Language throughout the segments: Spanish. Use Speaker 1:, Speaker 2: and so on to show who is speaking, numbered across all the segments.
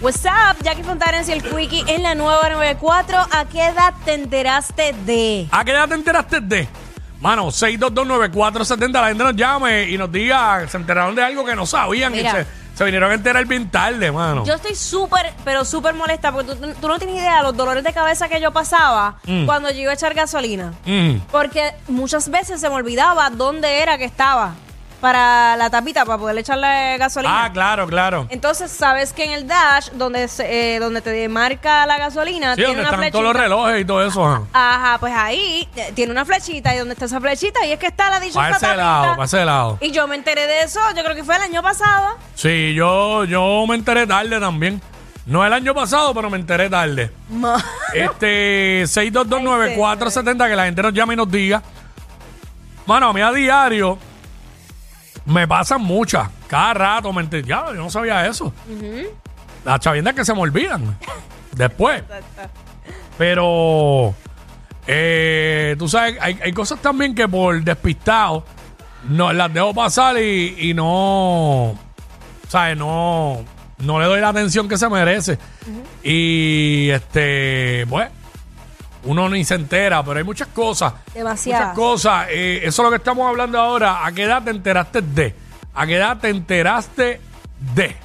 Speaker 1: What's up, Jackie Fontanes y el Quickie en la nueva 94. ¿A qué edad te enteraste de?
Speaker 2: ¿A qué edad te enteraste de? Mano, 6229470, la gente nos llame y nos diga, se enteraron de algo que no sabían y
Speaker 1: Mira.
Speaker 2: se, se vinieron a enterar bien tarde, mano.
Speaker 1: Yo estoy súper, pero súper molesta porque tú, tú no tienes idea de los dolores de cabeza que yo pasaba cuando yo iba a echar gasolina.
Speaker 2: Mm.
Speaker 1: Porque muchas veces se me olvidaba dónde era que estaba para la tapita, para poder echarle gasolina.
Speaker 2: Ah, claro, claro.
Speaker 1: Entonces, sabes que en el dash, donde, se- eh, donde te marca la gasolina,
Speaker 2: Sí,
Speaker 1: tiene
Speaker 2: donde
Speaker 1: una
Speaker 2: están todos los
Speaker 1: flechita.
Speaker 2: relojes y todo eso. ajá.
Speaker 1: Ajá, pues ahí eh, tiene una flechita y donde está esa flechita y es que está la dichosa
Speaker 2: Pa' ese
Speaker 1: tapita.
Speaker 2: lado, pa' ese lado.
Speaker 1: Y yo me enteré de eso, yo creo que fue el año pasado.
Speaker 2: Sí, yo, yo me enteré tarde también. No el año pasado, pero me enteré tarde. Este, 6229470, que la gente nos llame y nos diga. Mano, a mí a diario me pasan muchas. Cada rato me enter- Ya, yo no sabía eso. Las chaviendas que se me olvidan. Después. Pero, eh, tú sabes, hay, hay cosas también que por despistado no, las dejo pasar y, y no. ¿Sabes? No, no le doy la atención que se merece. Y este, bueno, uno ni se entera, pero hay muchas cosas.
Speaker 1: Demasiadas.
Speaker 2: Muchas cosas. Eh, eso es lo que estamos hablando ahora. ¿A qué edad te enteraste de? ¿A qué edad te enteraste de?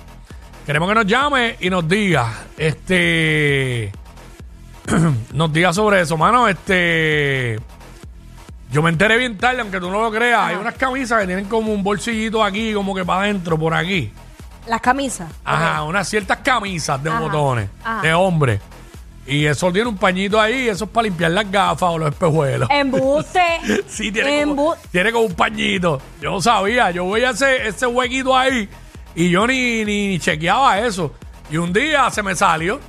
Speaker 2: Queremos que nos llame y nos diga, este, nos diga sobre eso, mano, este, yo me enteré bien tarde, aunque tú no lo creas, hay unas camisas que tienen como un bolsillito aquí, como que para adentro, por aquí.
Speaker 1: Las camisas.
Speaker 2: Ajá, unas ciertas camisas de
Speaker 1: Ajá,
Speaker 2: botones,
Speaker 1: ajá.
Speaker 2: de hombre. Y eso tiene un pañito ahí, eso es para limpiar las gafas o los espejuelos.
Speaker 1: Embuste.
Speaker 2: Sí, tiene como,
Speaker 1: Embu-
Speaker 2: tiene como un pañito. Yo no sabía, yo veía ese, ese huequito ahí y yo ni, ni, ni chequeaba eso. Y un día se me salió.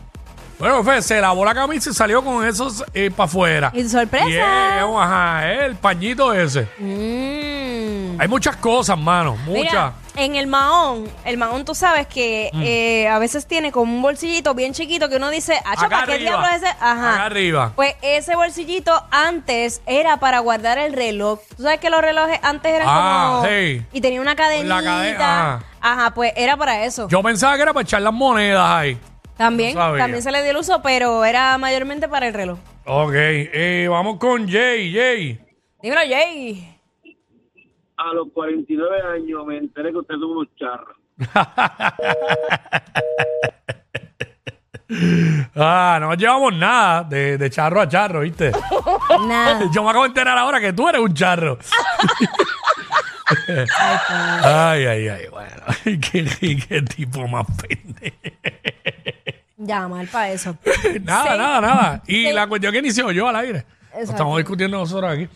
Speaker 2: Bueno, fue, se lavó la camisa y salió con esos para afuera.
Speaker 1: Y sorpresa.
Speaker 2: Y, eh, ajá, eh, el pañito ese.
Speaker 1: Mm.
Speaker 2: Hay muchas cosas, mano, muchas.
Speaker 1: Mira, en el maón, el maón tú sabes que
Speaker 2: Mm.
Speaker 1: eh, a veces tiene como un bolsillito bien chiquito que uno dice, ah,
Speaker 2: Acá
Speaker 1: ¿para qué
Speaker 2: arriba,
Speaker 1: diablos es ese? Ajá.
Speaker 2: acá arriba.
Speaker 1: Pues ese bolsillito antes era para guardar el reloj. Tú sabes que los relojes antes eran
Speaker 2: Ah,
Speaker 1: como...
Speaker 2: sí.
Speaker 1: Y tenía una
Speaker 2: Con
Speaker 1: cadenita.
Speaker 2: la cadena, ajá.
Speaker 1: Ajá, pues era para eso.
Speaker 2: Yo pensaba que era para echar las monedas ahí.
Speaker 1: también,
Speaker 2: no sabía.
Speaker 1: también se le dio el uso, pero era mayormente para el reloj.
Speaker 2: Ok, eh, vamos con Jay, Jay.
Speaker 1: Dímelo, Jay.
Speaker 3: a los 49 años me enteré que ustedes son unos charros.
Speaker 2: Ah, no llevamos nada de, de charro a charro, ¿viste?
Speaker 1: Nada.
Speaker 2: Yo me acabo de enterar ahora que tú eres un charro. ay, ay, ay, bueno. qué, qué tipo más pendejo.
Speaker 1: Ya, mal para eso.
Speaker 2: Nada,
Speaker 1: Sí.
Speaker 2: nada, nada. Y
Speaker 1: Sí.
Speaker 2: la cuestión que ni se oyó al aire. Lo
Speaker 1: Exacto.
Speaker 2: Estamos discutiendo nosotros aquí.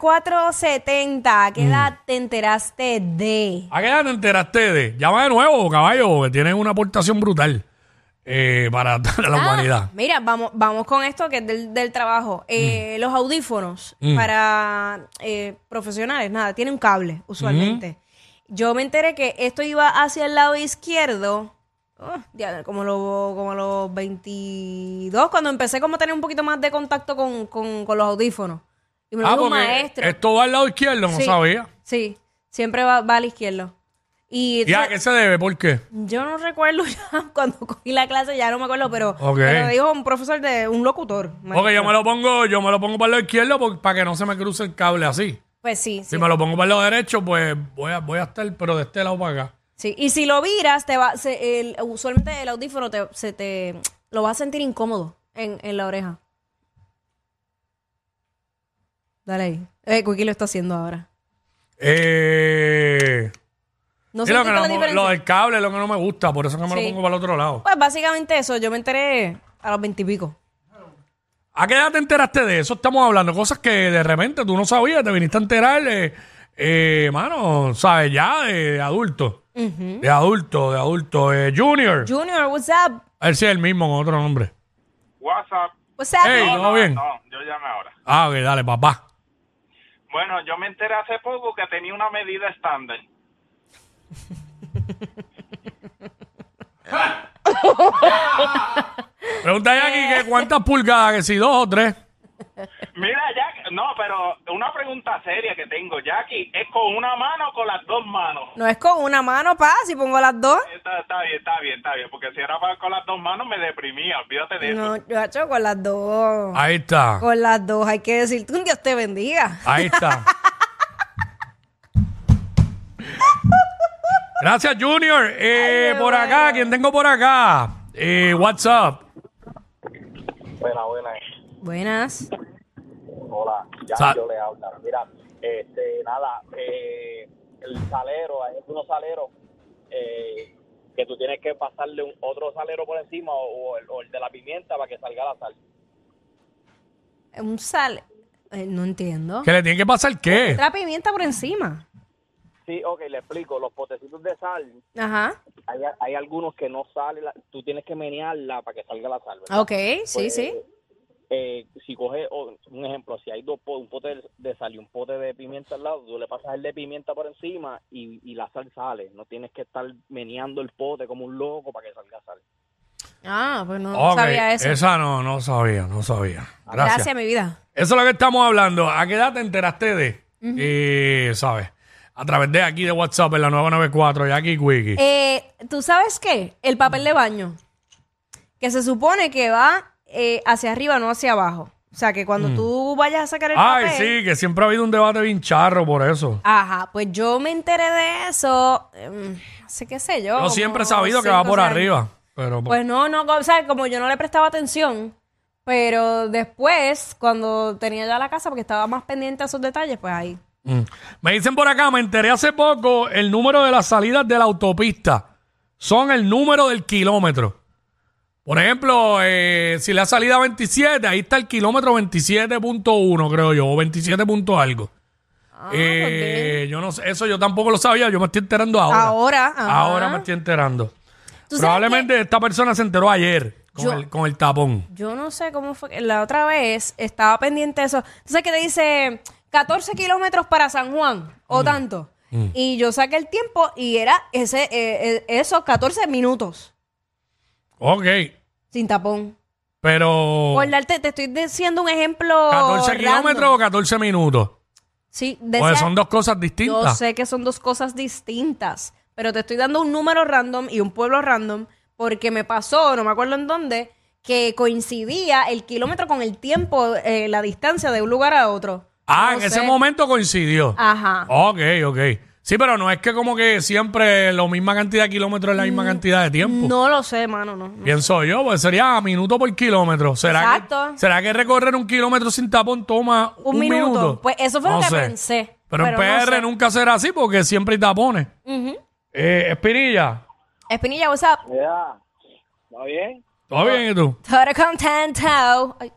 Speaker 1: 6229470, ¿a qué edad te enteraste de?
Speaker 2: ¿A qué edad te enteraste de? Llama de nuevo, caballo, que tienen una aportación brutal eh, para toda la humanidad.
Speaker 1: Ah, mira, vamos, vamos con esto que es del, del trabajo.
Speaker 2: Mm.
Speaker 1: Eh, Los audífonos para eh, profesionales, nada, tiene un cable usualmente.
Speaker 2: Mm.
Speaker 1: Yo me enteré que esto iba hacia el lado izquierdo, oh, diablo, como, lo, como los 22, cuando empecé como a tener un poquito más de contacto con, con- con los audífonos. Y me lo
Speaker 2: Ah,
Speaker 1: dijo un
Speaker 2: porque
Speaker 1: maestro.
Speaker 2: esto va al lado izquierdo, no
Speaker 1: Sí.
Speaker 2: sabía.
Speaker 1: Sí, siempre va, va al izquierdo. Y
Speaker 2: ¿Y a qué se debe? ¿Por qué?
Speaker 1: yo no recuerdo ya cuando cogí la clase, ya no me acuerdo, pero
Speaker 2: Ok.
Speaker 1: me lo dijo un profesor de un locutor.
Speaker 2: Porque yo me lo pongo, yo me lo pongo para el lado izquierdo porque- para que no se me cruce el cable así.
Speaker 1: Pues sí, sí.
Speaker 2: Si me lo pongo para el lado derecho, pues voy a, voy a estar, pero de este lado para acá.
Speaker 1: sí. Y si lo viras, te va, se- el- usualmente el audífono te, se te lo vas a sentir incómodo en, en la oreja. Dale ahí. Eh, Quickie lo está haciendo ahora.
Speaker 2: Eh,
Speaker 1: No
Speaker 2: sí, lo, que
Speaker 1: sentiste la
Speaker 2: no me- lo
Speaker 1: diferencia.
Speaker 2: del cable es lo que no me gusta, por eso es que me
Speaker 1: Sí.
Speaker 2: lo pongo para el otro lado.
Speaker 1: Pues básicamente eso, yo me enteré a los veintipico.
Speaker 2: ¿A qué edad te enteraste de eso? Estamos hablando cosas que de repente tú no sabías, te viniste a enterar, eh, eh, mano, ¿sabes? Ya de, de adulto. De adulto, de adulto. Eh, junior.
Speaker 1: Junior, what's up?
Speaker 2: A ver si es el mismo con otro nombre.
Speaker 4: WhatsApp.
Speaker 1: What's up?
Speaker 2: Ey, ¿todo bien?
Speaker 4: No, yo llamé ahora.
Speaker 2: Ah, ok, dale, papá.
Speaker 4: Bueno, yo me enteré hace poco que tenía una medida estándar.
Speaker 2: Pregunta a Jackie que cuántas pulgadas, que si dos o tres.
Speaker 4: Mira, Jack, no, pero una pregunta seria que tengo, Jackie, ¿es con una mano o con las dos manos?
Speaker 1: No es con una mano, pa, si pongo las dos.
Speaker 4: Está, está bien, está bien, está bien, porque si era pa- con las dos manos me deprimía, olvídate de eso.
Speaker 1: No, yo hecho con las dos.
Speaker 2: Ahí está.
Speaker 1: Con las dos, hay que decirte un Dios te bendiga.
Speaker 2: Ahí está. Gracias, Junior. Eh, por acá, quien tengo por acá? Eh, what's up?
Speaker 5: Buena, buena.
Speaker 1: Buenas.
Speaker 5: Hola, ya
Speaker 2: Sa-
Speaker 5: yo le hablo. Mira, este, nada, eh, el salero, hay unos saleros eh, que tú tienes que pasarle un, otro salero por encima o, o el, o el de la pimienta para que salga la sal.
Speaker 1: Un sal. eh, no entiendo.
Speaker 2: ¿Que le tiene que pasar qué?
Speaker 1: Otra pimienta por encima.
Speaker 5: Sí, ok, le explico. Los potecitos de sal,
Speaker 1: Ajá.
Speaker 5: hay, hay algunos que no sale, la- tú tienes que menearla para que salga la sal. ¿verdad?
Speaker 1: Ok, sí,
Speaker 5: Pues,
Speaker 1: sí.
Speaker 5: eh, si coges, un ejemplo, si hay dos po- un pote de sal y un pote de pimienta al lado, tú le pasas el de pimienta por encima y, y la sal sale. No tienes que estar meneando el pote como un loco para que salga sal.
Speaker 1: Ah, pues no
Speaker 2: Ok,
Speaker 1: sabía eso.
Speaker 2: Esa no, no sabía, no sabía.
Speaker 1: Gracias.
Speaker 2: Gracias.
Speaker 1: mi vida.
Speaker 2: Eso es lo que estamos hablando. ¿A qué edad te enteraste de? Eh, ¿Sabes? A través de aquí de WhatsApp en la 994, Jackie Quickie.
Speaker 1: Eh, ¿Tú sabes qué? El papel de baño. Que se supone que va eh, hacia arriba, no hacia abajo. O sea, que cuando tú vayas a sacar el
Speaker 2: Mm. Ay,
Speaker 1: papel...
Speaker 2: sí, que siempre ha habido un debate bien charro por eso.
Speaker 1: Ajá, pues yo me enteré de eso, em, hace qué sé yo.
Speaker 2: Yo
Speaker 1: como
Speaker 2: siempre he sabido que va
Speaker 1: cinco,
Speaker 2: por
Speaker 1: seis años.
Speaker 2: arriba. Pero
Speaker 1: Pues no, no, o sea, como yo no le prestaba atención, pero después, cuando tenía ya la casa, porque estaba más pendiente a esos detalles, pues ahí.
Speaker 2: Mm. Me dicen por acá, me enteré hace poco el número de las salidas de la autopista. Son el número del kilómetro. Por ejemplo, eh, si la salida 27, ahí está el kilómetro 27.1, creo yo, o 27. punto algo.
Speaker 1: Ah, pues
Speaker 2: Eh, yo no sé, eso yo tampoco lo sabía, yo me estoy enterando ahora.
Speaker 1: Ahora, ajá.
Speaker 2: Ahora me estoy enterando.
Speaker 1: ¿Tú sabes
Speaker 2: Probablemente esta persona se enteró ayer con,
Speaker 1: Yo-
Speaker 2: el, con el tapón.
Speaker 1: Yo no sé cómo fue. que La otra vez estaba pendiente de eso. Tú sabes que te dice 14 kilómetros para San Juan o
Speaker 2: Mm.
Speaker 1: tanto. Y yo saqué el tiempo y era ese, eh, eh, esos 14 minutos
Speaker 2: Ok,
Speaker 1: sin tapón.
Speaker 2: pero
Speaker 1: Por darte, te estoy diciendo un ejemplo.
Speaker 2: 14
Speaker 1: random.
Speaker 2: Oh. kilómetros o 14 minutos.
Speaker 1: Sí,
Speaker 2: Pues
Speaker 1: decía-
Speaker 2: son dos cosas distintas.
Speaker 1: Yo sé que son dos cosas distintas, pero te estoy dando un número random y un pueblo random porque me pasó, no me acuerdo en dónde, que coincidía el kilómetro con el tiempo, eh, la distancia de un lugar a otro.
Speaker 2: Ah,
Speaker 1: No
Speaker 2: en
Speaker 1: sé. Ah.
Speaker 2: ese momento Oh. coincidió.
Speaker 1: Ajá.
Speaker 2: Ok, ok. Sí, pero no es que como que siempre la misma cantidad de kilómetros es la misma cantidad de tiempo.
Speaker 1: Mm, No lo sé, mano, no. no.
Speaker 2: Pienso yo, pues sería minuto por kilómetro. ¿Será
Speaker 1: Exacto.
Speaker 2: Que, ¿Será que recorrer un kilómetro sin tapón toma un,
Speaker 1: Un minuto? Pues eso fue lo
Speaker 2: No
Speaker 1: que
Speaker 2: sé.
Speaker 1: pensé,
Speaker 2: Pero,
Speaker 1: pero
Speaker 2: en
Speaker 1: no
Speaker 2: PR
Speaker 1: sé.
Speaker 2: nunca será así porque siempre hay tapones. Eh, Espinilla,
Speaker 1: Espinilla, what's up?
Speaker 5: Ya. ¿Está bien?
Speaker 2: ¿todo
Speaker 1: Pues
Speaker 2: bien y tú?
Speaker 1: Todo contento. Ay,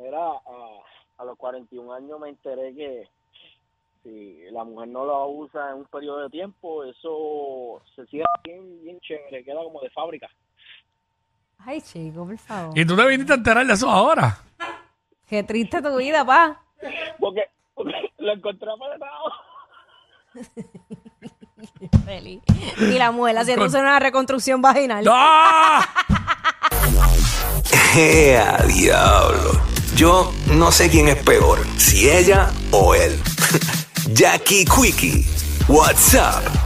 Speaker 5: Era a, a los 41 años me enteré que si la mujer no la usa en un periodo de tiempo, eso se cierra bien, bien chévere, queda como de fábrica.
Speaker 1: Ay, chico, por favor.
Speaker 2: Y tú te viniste a enterar de eso ahora.
Speaker 1: Qué triste tu vida, pa.
Speaker 5: Porque, porque lo encontré apretado.
Speaker 1: Feliz. Y la muela haciéndose una reconstrucción vaginal.
Speaker 2: ¡Ah!
Speaker 6: ¡Ea, diablo! Yo no sé quién es peor, si ella o él. Jackie Quickie, WhatsApp